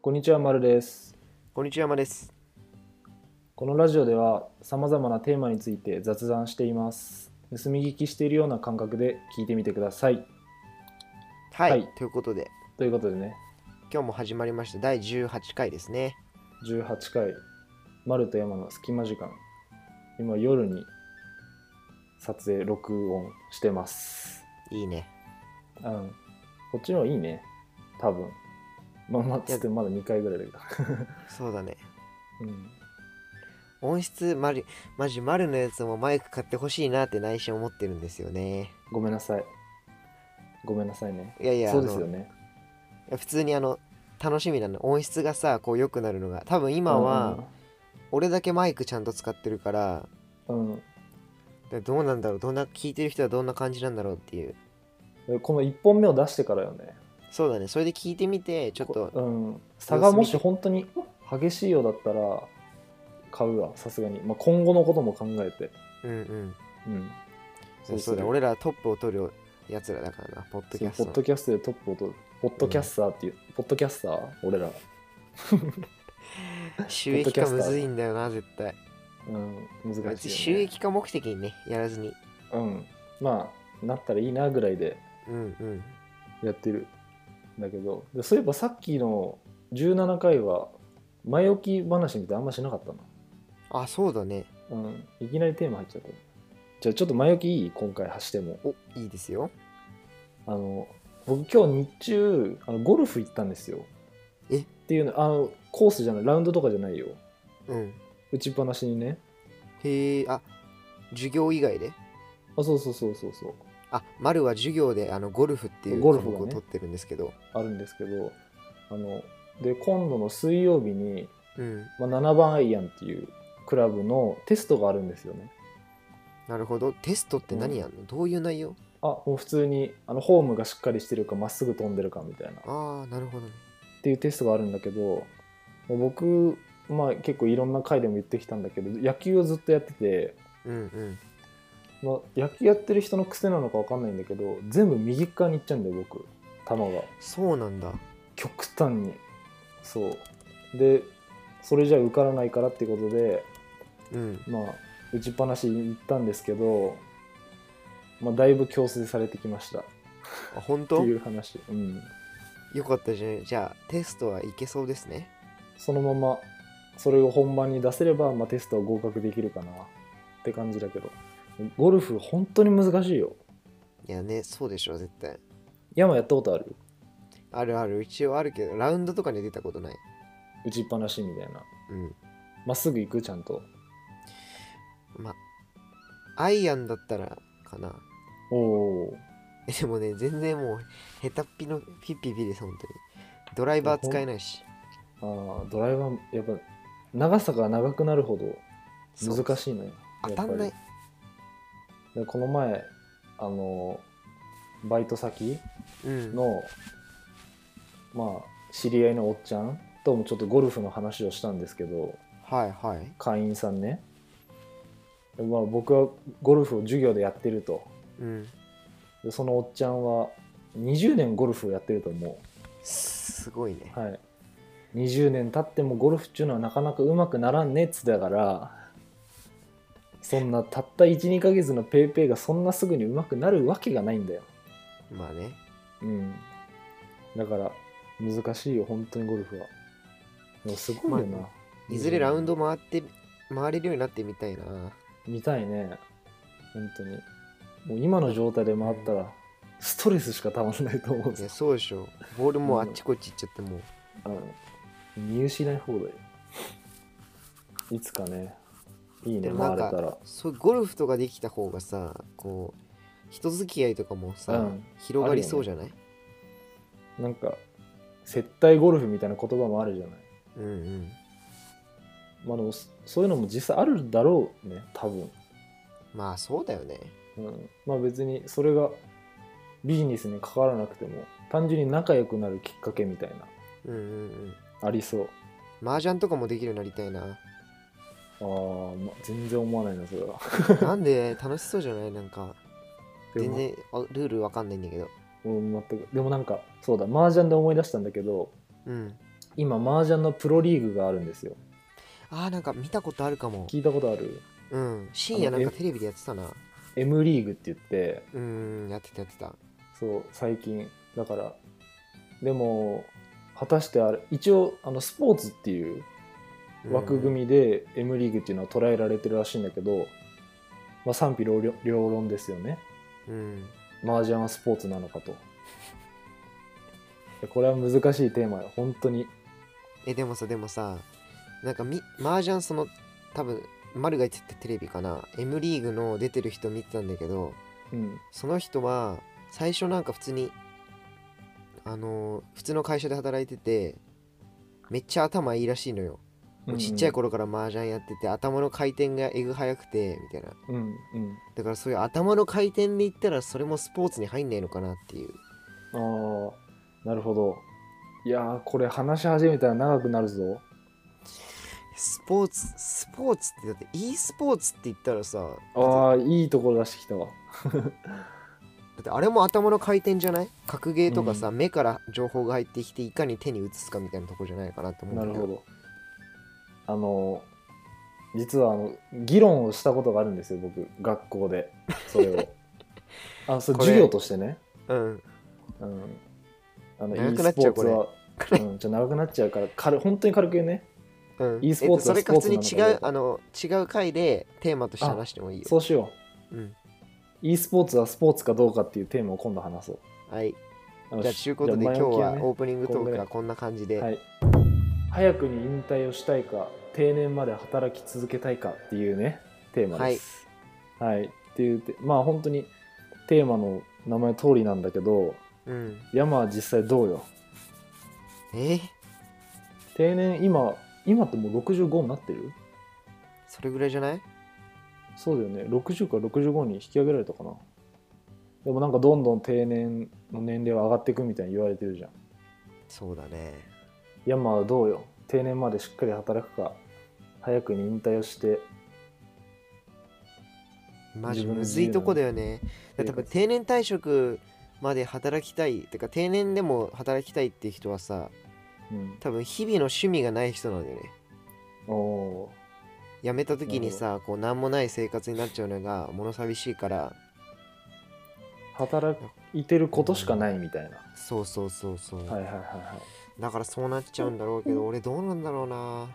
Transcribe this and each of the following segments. こんにちは、まるです。こんにちは山です。このラジオでは、さまざまなテーマについて雑談しています。盗み聞きしているような感覚で聞いてみてください。はい、はいということでということでね、今日も始まりました第18回ですね。 18回、まると山の隙間時間。今、夜に撮影、録音してます。いいね。うん。こっちの方がいいね。多分。まあまあ、つってもまだ2回ぐらいだけど。そうだね。うん。音質マルマジマルのやつもマイク買ってほしいなって内心思ってるんですよね。ごめんなさい。ごめんなさいね。いやいやそうですよあのね。いや普通にあの楽しみなの音質がさこう良くなるのが多分今うんうんは俺だけマイクちゃんと使ってるからうん。でどうなんだろうどんな聞いてる人はどんな感じなんだろうっていうこの1本目を出してからよねそうだねそれで聞いてみてちょっとうん、差がもし本当に激しいようだったら買うわさすがに、まあ、今後のことも考えて、うんうんうん、そうそうだする俺らトップを取るやつらだからなポッドキャスそトうポッドのキャストでトップを取るポッドキャスターっていう、ポッドキャスター俺ら、収益化むずいんだよな絶対うん、難しい、ね、収益化目的にねやらずにうんまあなったらいいなぐらいでうんうんやってるんだけどでそういえばさっきの17回は前置き話みたいなのあんましなかったなあそうだねうん、いきなりテーマ入っちゃった。じゃあちょっと前置きいい今回走っても。おいいですよあの、僕今日日中、あのゴルフ行ったんですよ。えっていうの、あの、コースじゃない、ラウンドとかじゃないよ。うん打ちっぱなしにね。へえあ授業以外であ、そうそうそうそうそう。あマルは授業であのゴルフっていうゴ項ルフがね目を取ってるんですけど、あるんですけど、あの、で、今度の水曜日に、うんまあ、7番アイアンっていうクラブのテストがあるんですよね。なるほどテストって何やんの、どういう内容あ、もう普通に、あの、ホームがしっかりしてるか、まっすぐ飛んでるかみたいな。ああなるほどねっていうテストがあるんだけど僕、まあ、結構いろんな回でも言ってきたんだけど野球をずっとやってて、うんうんまあ、野球やってる人の癖なのか分かんないんだけど全部右側に行っちゃうんだよ僕球がそうなんだ極端にそうでそれじゃ受からないからってことで、うんまあ、打ちっぱなしに行ったんですけど、まあ、だいぶ強制されてきましたっあ本て当いう話、うん、よかったじゃんじゃあテストはいけそうですねそのままそれを本番に出せれば、まあ、テストは合格できるかなって感じだけどゴルフ本当に難しいよいやねそうでしょ絶対山やったことあるあるある一応あるけどラウンドとかに出たことない打ちっぱなしみたいなうんまっすぐ行くちゃんとまあ、アイアンだったらかな。 おおえでもね、全然もう、ヘタっぴのピッピピです、本当に。ドライバー使えないし。あードライバーやっぱ長さが長くなるほどそう難しいのよ当たんなやっいぱ。りでこの前あのバイト先うん。の、まあ知り合いのおっちゃんともちょっとゴルフの話をしたんですけどはいはい。会員さんね、まあ、僕はゴルフを授業でやってるとうん。でそのおっちゃんは20年ゴルフをやってると思すごいねう、。はい、20年経ってもゴルフっていうのはなかなかうまくならんねっつってたからそんなたった12ヶ月のペイペイがそんなすぐにうまくなるわけがないんだよ、まあね。うん、だから難しいよ本当にゴルフはでもすごいよな、まいずれラウンド回って、回れるようになってみたいな。見たいね本当にもう今の状態で回ったらストレスしかたまんないと思うんいでや、すそうでしょ。ボールもうあうんっちこっち行っちゃってもう。見失い放題いつかねいいねでもな回んれかたらそういうゴルフとかできた方がさ、こう、人付き合いとかもさ、うん広がりそうじゃない、なんか接待ゴルフみたいな言葉もあるじゃないうんうん。まあでもそそういうのも実際あるだろうね多分、まあ、そうだよね。うん、まあ別にそれがビジネスに関わらなくても単純に仲良くなるきっかけみたいなうんうんうん。ありそう麻雀とかもできるようになりたいな。あー、まあ全然思わないなそれはなんで楽しそうじゃないなんかで全も然あルールわかんないんだけどうん、全くでもなんかそうだ麻雀で思い出したんだけどうん今麻雀のプロリーグがあるんですよあーなんか見たことあるかも聞いたことあるうん深夜なんかテレビでやってたな M リーグって言ってうーんやってたやってたそう最近だからでも果たしてあれ一応あのスポーツっていう枠組みで M リーグっていうのは捉えられてるらしいんだけど、まあ、賛否両論両論ですよねみうん麻雀はスポーツなのかとこれは難しいテーマよ本当にえでもさでもさなんかみ麻雀その多分丸が言ってたテレビかな M リーグの出てる人見てたんだけどうんその人は最初なんか普通にあのー普通の会社で働いててめっちゃ頭いいらしいのよもうちっちゃい頃から麻雀やってて頭の回転がえぐ早くてみたいなうんうんだからそういう頭の回転で言ったらそれもスポーツに入んないのかなっていうあーなるほどいやーこれ話し始めたら長くなるぞスポーツスポーツってだって e スポーツって言ったらさだってあーいいところ出してきたわだってあれも頭の回転じゃない格ゲーとかさ、目から情報が入ってきていかに手に移すかみたいなとこじゃないかなと思なうんるだけほどあの実はあの議論をしたことがあるんですよ僕学校でそれ をあそうこれ授業としてね、どうんうん、あの長 e くなスっポちーゃうツは うん、ちょっと長くなっちゃうから軽本当に軽く言うねうん e スポーツえそはれスかポー普ツ通なにのか違うあの違う回でテーマとして話してもいいよそうしよう、ん、う e スポーツはスポーツかどうかっていうテーマを今度話そうはいあのじゃあしちゅうことでじゃ今あ前置日きはねオープニングトこんーぐクらはいこんな感じで、はい、早くに引退をしたいか定年まで働き続けたいかっていうねテーマです。はい、っていうてまあ本当にテーマの名前通りなんだけどうん山は実際どうよえー定年今今ってもう65になってるそれぐらいじゃないそうだよね60から65に引き上げられたかなでもなんかどんどん定年の年齢は上がっていくみたいに言われてるじゃんそうだね山はどうよ定年までしっかり働くか早くに引退をしてマ自ジ分のむ自ず由いとこだよねだ生活から多分定年退職まで働きたいてか定年でも働きたいっていう人はさうん多分日々の趣味がない人なんだよねおおー辞めた時にさこう何もない生活になっちゃうのが物寂しいから働いてることしかないみたいな、そうそうそうそう、はいはいはいはいだからそうなっちゃうんだろうけど俺どうなんだろうな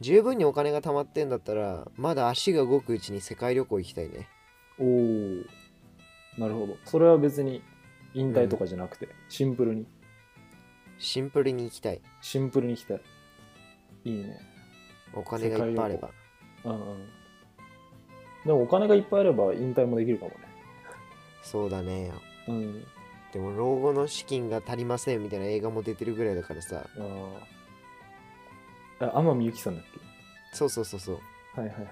十分にお金が貯まってんだったらまだ足が動くうちに世界旅行行きたいねおおなるほどそれは別に引退とかじゃなくて、シンプルにシンプルに行きたいシンプルに行きたいいいねお金がいっぱいあればうんうんでもお金がいっぱいあれば引退もできるかもねそうだねうんでも老後の資金が足りませんみたいな映画も出てるぐらいだからさあーあ天海祐希さんだっそうそうそうそうけはいはいは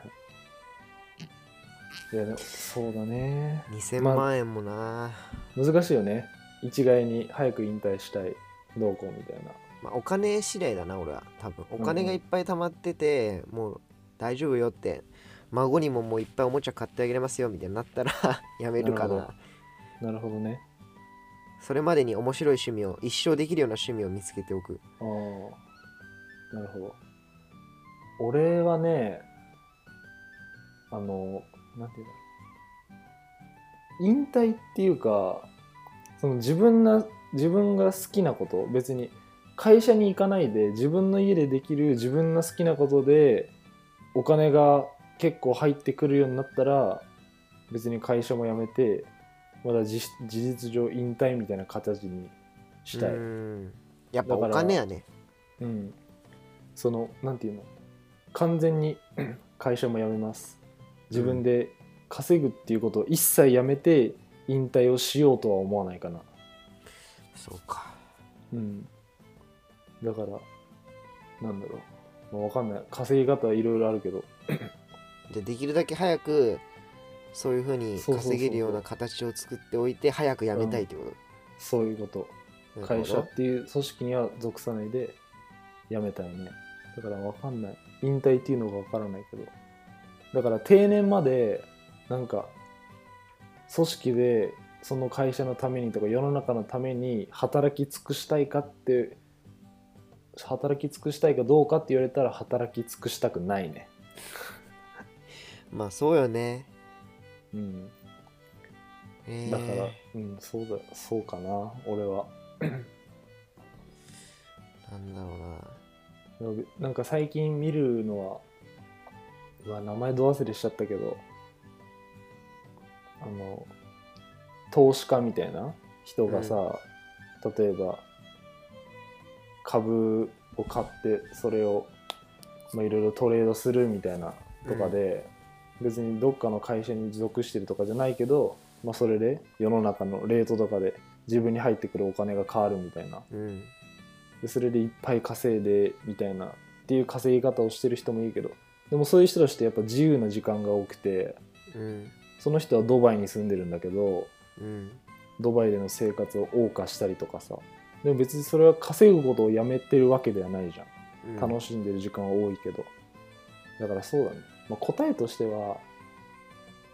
いいやでもそうだね2000まあ万円もな、難しいよね一概に早く引退したいどうこうみたいなまあ、お金次第だな俺は多分おう金んがいっぱい貯まってて、もう大丈夫よって孫にももういっぱいおもちゃ買ってあげれますよみたいになったら やめるかななるほなるほどねそれまでに面白い趣味を一生できるような趣味を見つけておくああなるほど俺はねあのなんていうんだろう引退っていうかその自分が自分が好きなこと別に会社に行かないで自分の家でできる自分の好きなことでお金が結構入ってくるようになったら別に会社も辞めてまだ事事実上引退みたいな形にしたい。うーんやっぱだかおら金やねうん、そのなんていうの完全に 会社も辞めます自分で稼ぐっていうことを一切やめて引退をしようとは思わないかな、そうかうん、だからなんだろう、まあ、わかんない稼ぎ方はいろいろあるけどじゃあできるだけ早くそういうふうにそうそうそうそう稼げるような形を作っておいて早くやめたいってこそういうことと、なるほ会ど社っていう組織には属さないで辞めたいねだから分かんない引退っていうのが分からないけどだから定年までなんか組織でその会社のためにとか世の中のために働き尽くしたいかって働き尽くしたいかどうかって言われたら働き尽くしたくないねまあそうよねうんえーだから、うんそうだそうかな俺はなんだろうななんか最近見るのはうわ名前ど忘れしちゃったけどあの投資家みたいな人がさ、例えば株を買ってそれをまあいろいろトレードするみたいなとかで、別にどっかの会社に属してるとかじゃないけど、まあ、それで世の中のレートとかで自分に入ってくるお金が変わるみたいなうんでそれでいっぱい稼いでみたいなっていう稼ぎ方をしてる人もいるけどでもそういう人たちってやっぱ自由な時間が多くてうんその人はドバイに住んでるんだけどうんドバイでの生活を謳歌したりとかさでも別にそれは稼ぐことをやめてるわけではないじゃんうん楽しんでる時間は多いけどだからそうだね、まあ、答えとしては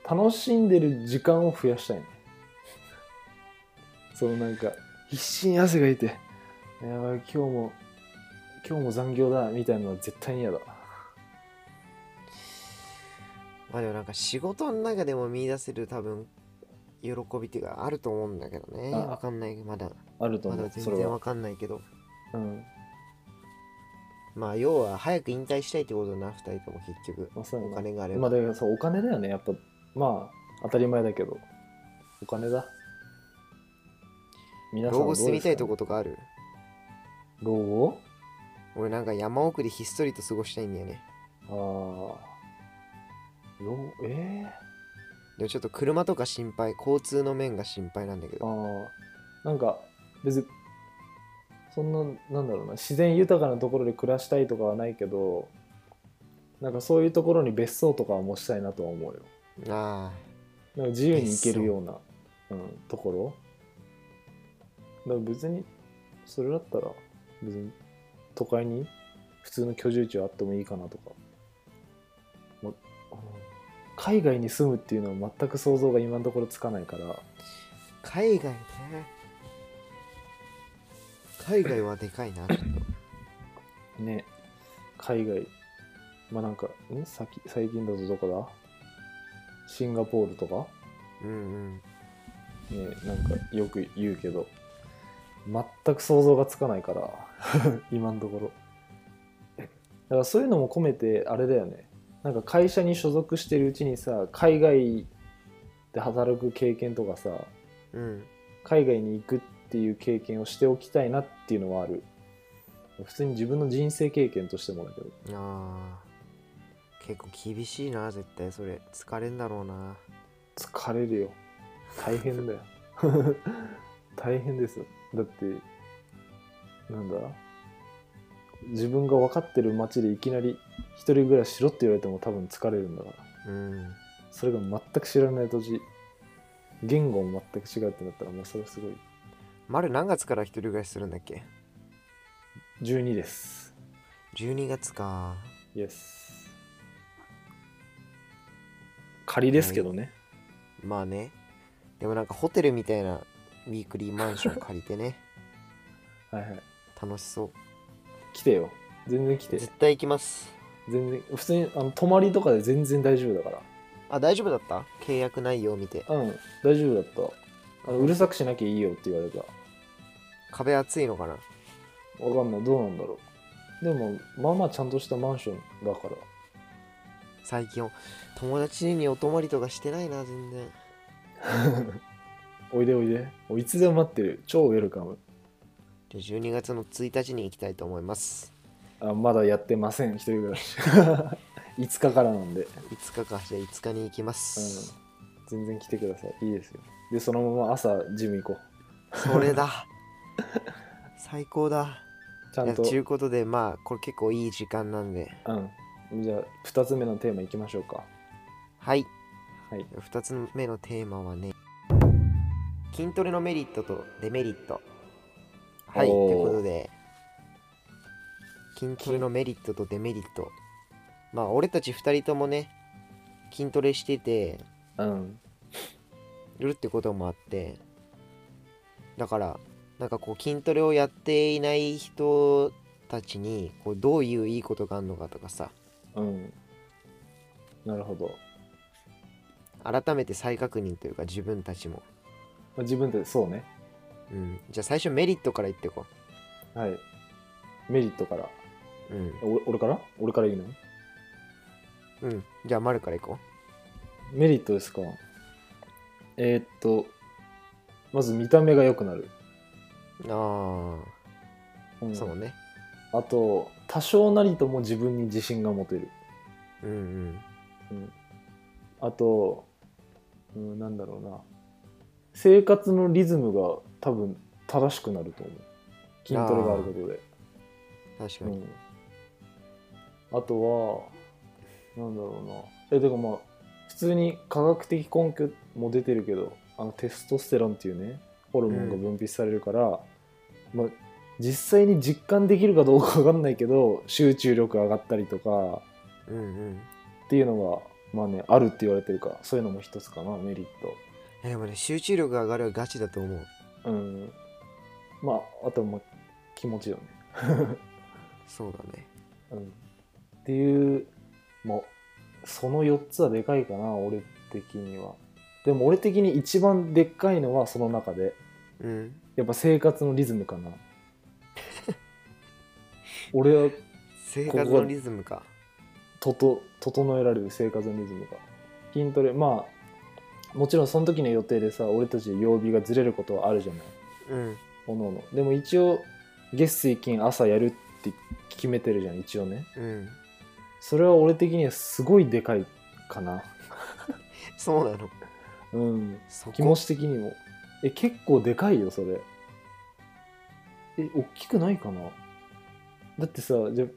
楽しんでる時間を増やしたいね そのなんか必死に汗がいてやばい今日も今日も残業だみたいなのは絶対に嫌だまあでもなんか仕事の中でも見出せる多分喜びっていうかあると思うんだけどねあわかんないまだあるとま思だうそ全れ然わは、かんないけどうんまあ要は早く引退したいってことだな2人とも結局まあ、そうおや金があれなまあば、だからそうお金だよねやっぱまあ当たり前だけどお金だ皆さん老はどう後ですか住ねみたいとことかある老後俺なんか山奥でひっそりと過ごしたいんだよねああ。よ、ええでもちょっと車とか心配交通の面が心配なんだけあどあ。なんか、別に、そんな、なんだろうな、自然豊かなところで暮らしたいとかはないけど、なんかそういうところに別荘とかは持ちたいなとは思うよ。あなんか自由に行けるような、うん、ところ。だから別に、それだったら、別に、都会に普通の居住地はあってもいいかなとか。もうあの海外に住むっていうのは全く想像が今のところつかないから、あ海外ね海外はでかいなちょっとね、海外、まあなんか、んさき最近だとどこだシンガポールとかうんうんね、なんかよく言うけど、全く想像がつかないから、 今のところ。だからそういうのも込めて、あれだよね。なんか会社に所属してるうちにさ、海外で働く経験とかさ、うん海外に行くっていう経験をしておきたいなっていうのはある。普通に自分の人生経験としてもだけど。あー結構厳しいな絶対それ疲れんだろうな疲れるよ大変だよ 大変ですよだってなんだ自分が分かってる街でいきなり一人暮らししろって言われても多分疲れるんだからうんそれが全く知らない土地言語も全く違うってなったらもうそれはすごい丸何月から一人暮らしするんだっけ12です12月かイエス仮ですけどね、まあねでもなんかホテルみたいなウィークリーマンション借りてね はい、はいはい楽しそ来てよ全然来うて絶対行きます全然普通にあの泊まりとかで全然大丈夫だからあ大丈夫だった契約内容見てうん、大丈夫だった。あのうるさくしなきゃいいよって言われた。壁厚いのかなわかんない、どうなんだろう。でも、まあまあちゃんとしたマンションだから。最近お友達にお泊まりとかしてないな全然おいでおいで。おいつでも待ってる。超ウェルカム。じゃあ12月の1日に行きたいと思いますあまだやってません、一人暮ら し。5日からなんで、 5日かじゃあ5日に行きます、全然来てください。いいですよ。で、そのまま朝、ジム行こう。それだ 最高だちゃんといや。ちゅうことでまあこれ結構いい時間なんでうん。じゃあ、2つ目のテーマ行きましょうか。はいはい。 2つ目のテーマはね筋トレのメリットとデメリットはいとおーいうことで筋トレのメリットとデメリットまあ俺たち2人ともね筋トレしててうん。るってこともあってだからなんかこう筋トレをやっていない人たちにこうどういういいことがあるのかとかさうんなるほど、ま改めて再確認というか自分たちも、あ自分でそうねうん、じゃあ最初メリットから言ってこはいメリットからう、うんお俺から俺から言うのうん、じゃあ丸からいこメリットですかえーっとまず見た目が良くなる、うあうんあそうねあと多少なりとも自分に自信が持てるうんうんあと、うん、なんだろうな生活のリズムが多分正しくなると思う筋トレがあることで確かうに、ん、あとはなんだろうなえてかまあ普通に科学的根拠も出てるけどあのテストステロンっていうねホルモンが分泌されるから、まあ、実際に実感できるかどうかわかんないけど集中力上がったりとかうん、うんっていうのがまあねあるって言われてるからそういうのも一つかなメリッいやでもね集中力が上がるはガチだと思うトうんまああとはまあ気持ちよねそうだねうんっていうもうその4つはでかいかな俺的にはでも俺的に一番でっかいのはその中でうんやっぱ生活のリズムかな俺は生活のリズムかとと整えられる生活のリズムが筋トレまあもちろんその時の予定でさ俺たち曜日がずれることはあるじゃないうんおののでも一応月水金朝やるって決めてるじゃん一応ねうんそれは俺的にはすごいでかいかなそうなのうんそ気持こち的にもえ結構でかいよそれえ大きくないかなだってさじゃあ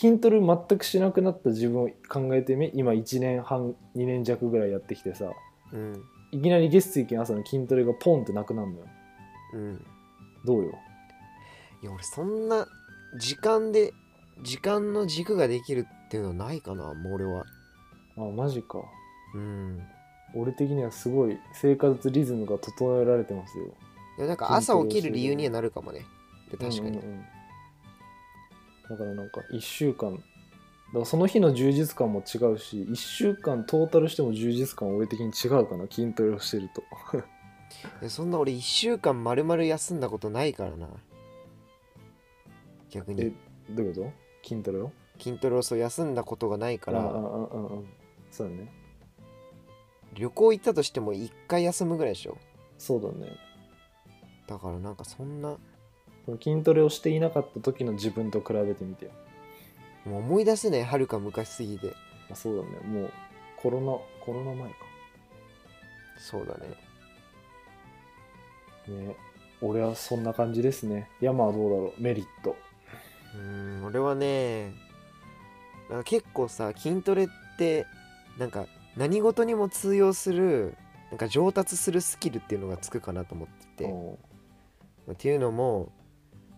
筋トレ全くしなくなった自分を考えてみ今1年半2年弱ぐらいやってきてさうんいきなり月水金朝の筋トレがポンってなくなるのようんどうよいや俺そんな時間で時間の軸ができるっていうのはないかなもう俺はあマジかうん俺的にはすごい生活リズムが整えられてますよでもなんか朝起きる理由にはなるかもねで確かにうんうんうんだからなんか1週間だからその日の充実感も違うし1週間トータルしても充実感俺的に違うかな筋トレをしてるとでそんな俺1週間丸々休んだことないからな逆えにどういうこと筋トレを筋トレをそう休んだことがないかあああああらあそうだね旅行行ったとしても1回休むぐらいでしょそうだねだからなんかそんなその筋トレをしていなかった時の自分と比べてみてよもう思い出せないはるか昔すぎてあそうだねもうコロナコロナ前かそうだねね俺はそんな感じですね山はどうだろうメリットうーん俺はねなんか結構さ筋トレってなんか何事にも通用するなんか上達するスキルっていうのがつくかなと思ってて、おうっていうのも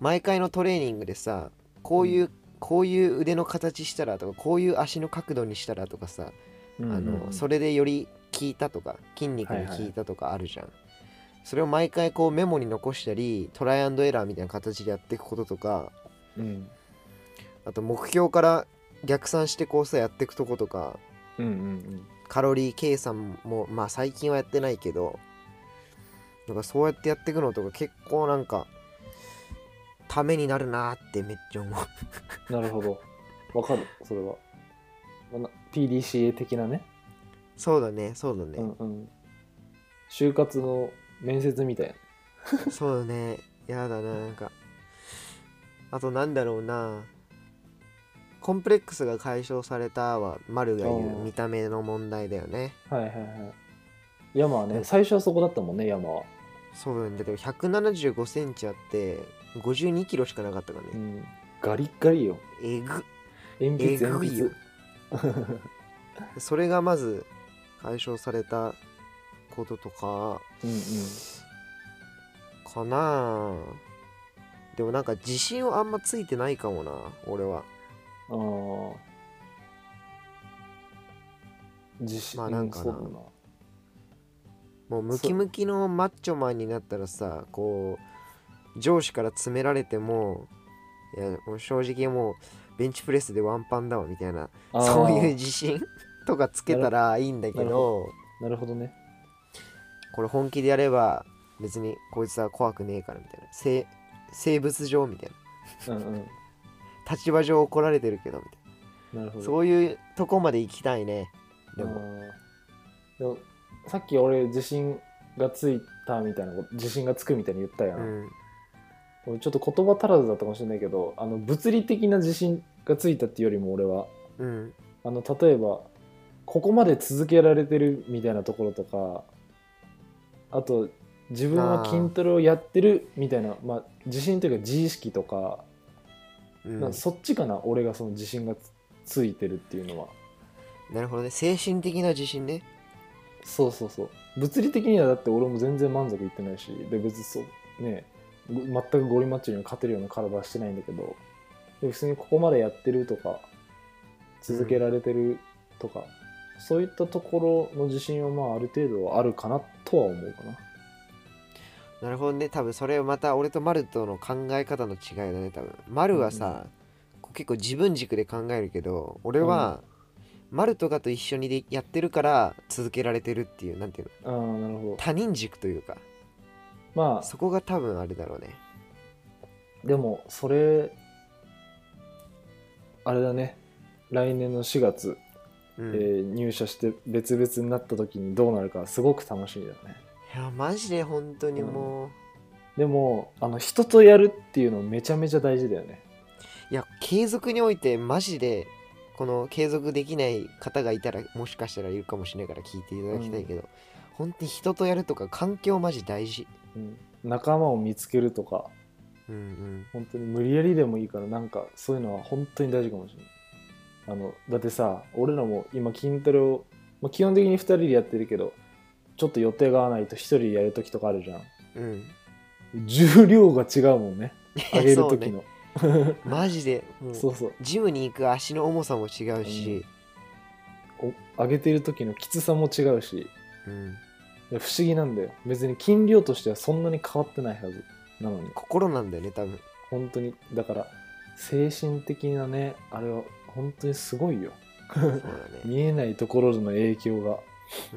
毎回のトレーニングでさこういう、こういう腕の形したらとかこういう足の角度にしたらとかさ、うんあうんうのんそれでより効いたとか筋肉に効いたとかあるじゃん、それを毎回こうメモに残したりトライアンドエラーみたいな形でやっていくこととかうんあと目標から逆算してこうさやっていくとことかうんうんカロリー計算もまあ最近はやってないけどなんかそうやってやっていくのとか結構なんかためになるなーってめっちゃ思う なるほど。わかる、それは。まあな PDCA 的なね。そうだねそうだうねんうん。就活の面接みたいな。そうだねやだななんかあとなんだろうなコンプレックスが解消されたは丸が言うおー見た目の問題だよねはいはいはい。山はうね、ん最初はそこだったもんね、山は。そうだねだけど1 7 5ンチあって5 2キロしかなかったからうねん。ガリッガリよ。えぐ鉛え筆、ぐ鉛いよ筆。それがまず解消されたこととかうんうん。かなぁでもなんか自信をあんまついてないかもな俺はあー自信まあなんかなうんそうだなもうムキムキのマッチョマンになったらさこう上司から詰められてもいやもう正直もうベンチプレスでワンパンだわみたいなあーそういう自信 とかつけたらいいんだけなるどなるほどねこれ本気でやれば別にこいつは怖くねえからみたいな生生物上みたいなうんうん立場上怒られてるけどみたいなるほなどそういうとこまで行きたいねであもーでもさっき俺自信がついたみたいなこと自信がつくみたいに言ったや、うんん俺ちょっと言葉足らずだったかもしれないけどあの物理的な自信がついたっていうよりも俺はうんあの例えばここまで続けられてるみたいなところとかあと自分は筋トレをやってるみたいなまあ、自信というか自意識とか,、うんなんかそっちかな俺がその自信がつついてるっていうのはなるほどね精神的な自信ねそうそうそう物理的にはだって俺も全然満足いってないしで別にそうねご全くゴリマッチョには勝てるような体はしてないんだけどで普通にここまでやってるとか続けられてるとか、そういったところの自信はまあある程度はあるかなとは思うかななるほどね多分それまた俺とマルとの考え方の違いだね多分マルはさ、こう結構自分軸で考えるけど俺は、マルとかと一緒にでやってるから続けられてるっていうなんていうのああなるほど他人軸というかまあそこが多分あれだろうねでもそれあれだね来年の4月、うん、えー入社して別々になった時にどうなるかすごく楽しみだねいやマジで本当にもう、でもあの人とやるっていうのめちゃめちゃ大事だよねいや継続においてマジでこの継続できない方がいたらもしかしたらいるかもしれないから聞いていただきたいけど、本当に人とやるとか環境マジ大事うん、仲間を見つけるとかうんうん本当に無理やりでもいいからなんかそういうのは本当に大事かもしれないあのだってさ俺らも今筋トレを、まあ基本的に2人でやってるけどちょっと予定が合わないと1人でやる時とかあるじゃんうん重量が違うもんね上げるそう時ねのマジでもうそう,、そうジムに行く足の重さも違うし、お上げてる時のきつさも違うしうん不思議なんだよ別に筋量としてはそんなに変わってないはずなのに心なんだよね多分本当にだから精神的なねあれは本当にすごいよ そうだね、見えないところの影響が、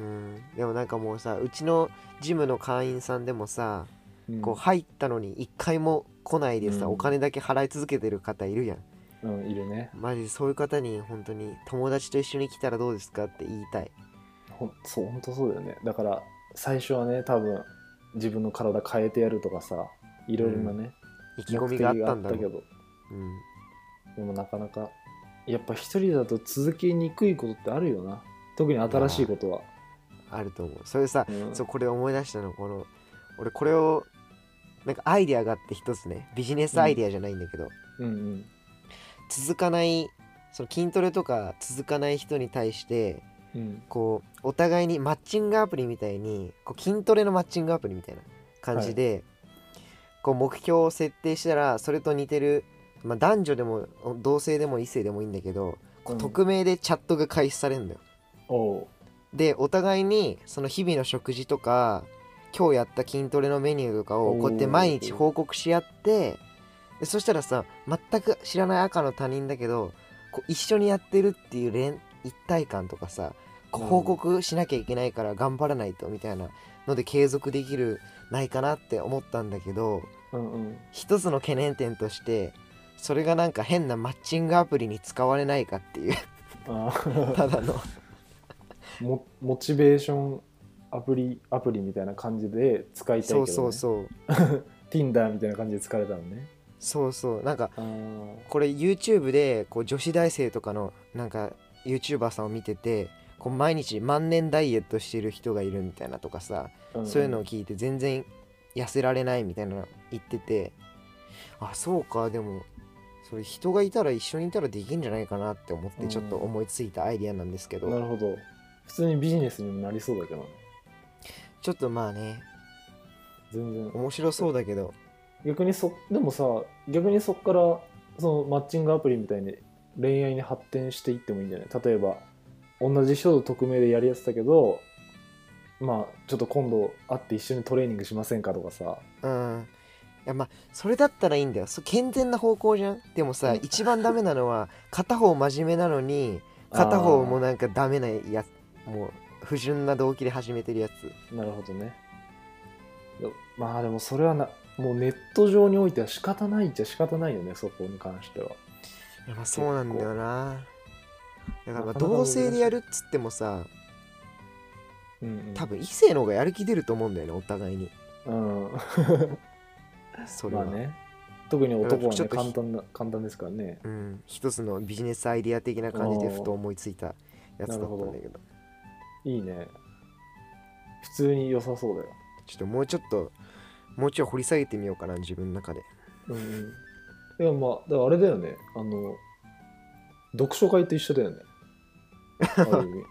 うん、でもなんかもうさうちのジムの会員さんでもさ、うんこう入ったのに1回も来ないでさ、うんお金だけ払い続けてる方いるやんうん、いるねマジでそういう方に本当に友達と一緒に来たらどうですかって言いたいほんそう本当そうだよねだから最初はね多分自分の体変えてやるとかさいろいろなね、意気込みがあったんだ目的がろあう、けどうん、でもなかなかやっぱ一人だと続けにくいことってあるよな特に新しいことは、あると思うそれさ、うんそうこれ思い出したのこの俺これをなんかアイデアがあって一つねビジネスアイデアじゃないんだけど、うんうん続かないその筋トレとか続かない人に対してうんこうお互いにマッチングアプリみたいにこう筋トレのマッチングアプリみたいな感じで、こう目標を設定したらそれと似てる、まあ、男女でもお同性でも異性でもいいんだけど、こううん匿名でチャットが開始されるんだよ。おうでお互いにその日々の食事とか今日やった筋トレのメニューとかをこうやって毎日報告し合ってでそしたらさ全く知らない赤の他人だけどこう一緒にやってるっていう連一体感とかさこううん報告しなきゃいけないから頑張らないとみたいなので継続できるないかなって思ったんだけどうんうん一つの懸念点としてそれがなんか変なマッチングアプリに使われないかっていうあたー だのモモチベーションアプリアプリみたいな感じで使いたいけど、そね、うそうそう Tinder みたいな感じで疲れたのね。そうそうなんかあーこれ YouTube でこう女子大生とかのなんか YouTuber さんを見ててこう毎日万年ダイエットしてる人がいるみたいなとかさ、んそういうのを聞いて全然痩せられないみたいなの言っててあそうかでもそれ人がいたら一緒にいたらできんじゃないかなって思っうてんちょっと思いついたアイディアなんですけど、なるほど。普通にビジネスにもなりそうだけどね。ちょっとまあね全然。面白そうだけど逆にそ、でもさ、逆にそっから、そのマッチングアプリみたいに恋愛に発展していってもいいんじゃない例えば、同じ人と匿名でやりやってたけど、まあ、ちょっと今度会って一緒にトレーニングしませんかとかさ。うんやまあそれだったらいいんだよそ健全な方向じゃんでもさ、一番ダメなのは片方真面目なのに片方もなんかダメなやつもう不純な動機で始めてるやつなるほどねでまあでもそれはなもうネット上においては仕方ないっちゃ仕方ないよねそこに関してはいやまあそうなんだよなだからまあ同性でやるっつってもさうん、うん、多分異性の方がやる気出ると思うんだよねお互いにうんそれまあは、ね特に男はちょねっと簡単な簡単ですからねうん、一つのビジネスアイディア的な感じでふと思いついたやつだったんだおーなけどいいね普通に良さそうだよちょっともうちょっともうちょい掘り下げてみようかな自分の中でうんうんでもまあだからあれだよねあの読書会と一緒だ よねある意味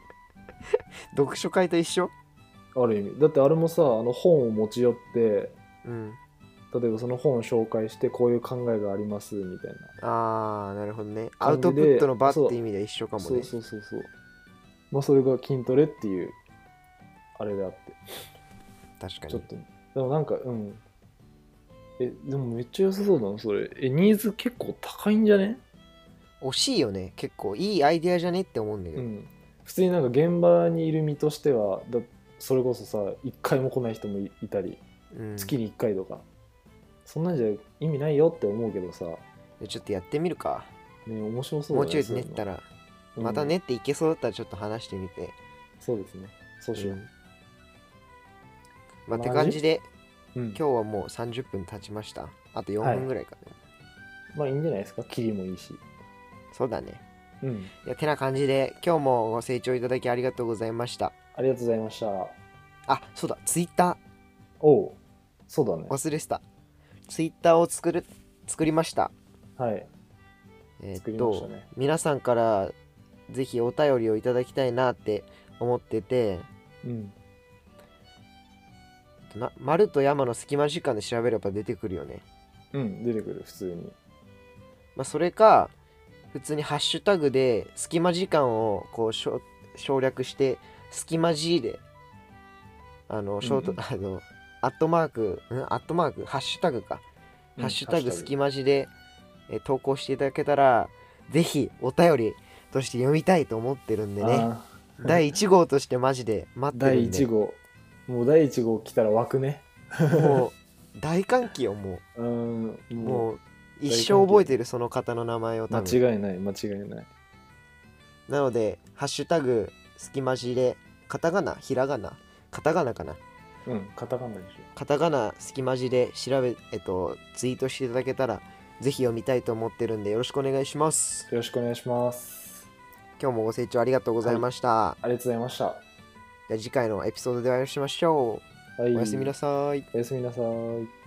読書会と一緒ある意味だってあれもさあの本を持ち寄ってうん例えばその本を紹介してこういう考えがありますみたいああなるほどね感アウじでトプットの場っていう意味では一緒かなもそうねそうそうそうまあそれが筋トレっていうあれであって確かちょっにとでもなんかうんえでもめっちゃ良さそうだなそれえニーズ結構高いんじゃね惜しいよね結構いいアイディアじゃねって思うんだけうど、ん普通になんか現場にいる身としてはだそれこそさ1回も来ない人もいいたりうん月に1回とか、そんなんじゃ意味ないよって思うけどさ、ね、ちょっとやってみるか面白そうもだうちょいそう練いっうのたらうんまた練っていけそうだったらちょっと話してみて、そうですねそうしよううんまあ、同じって感じでうん、今日はもう30分経ちましたあと4はい分ぐらいかな、まあいいんじゃないですか切りもいいしそうだねうんいやてな感じで今日もご清聴いただきありがとうございましたありがとうございましたあそうだツイッタおうそうだねー忘れてたツイッターを作る作りましたはいえー作っりましと、たね皆さんからぜひお便りをいただきたいなって思っててうんな丸と山の隙間時間で調べれば出てくるよね、うん出てくる普通にまあ、それか普通にハッシュタグで隙間時間をこうしょ省略して隙間 G であのショート、うんあのアットマークんアットマークハッシュタグかハッシュタグスキマジで、えー投稿していただけたら、ぜひお便りとして読みたいと思ってるんでね、あー第1号としてマジで待ってる第んで、 1号もう第1号来たら湧くねもう大歓喜よ、もうーんう。ももう一生覚えてるその方の名前をう多間分。違いない間違いないなので、ハッシュタグスキマジで、カタカナ、ひらがな、カタカナかな。うんカタカナでしカタカナスキマジで調べ、えっと、ツイートしていただけたら、ぜひ読みたいと思ってるんで、よろしくお願いします。ょよろしくお願いします今日もご清聴ありがとうございました。ありがとうございましたじゃあ次回のエピソードでお会いしましょはう。いおやすみなさい。おやすみなさい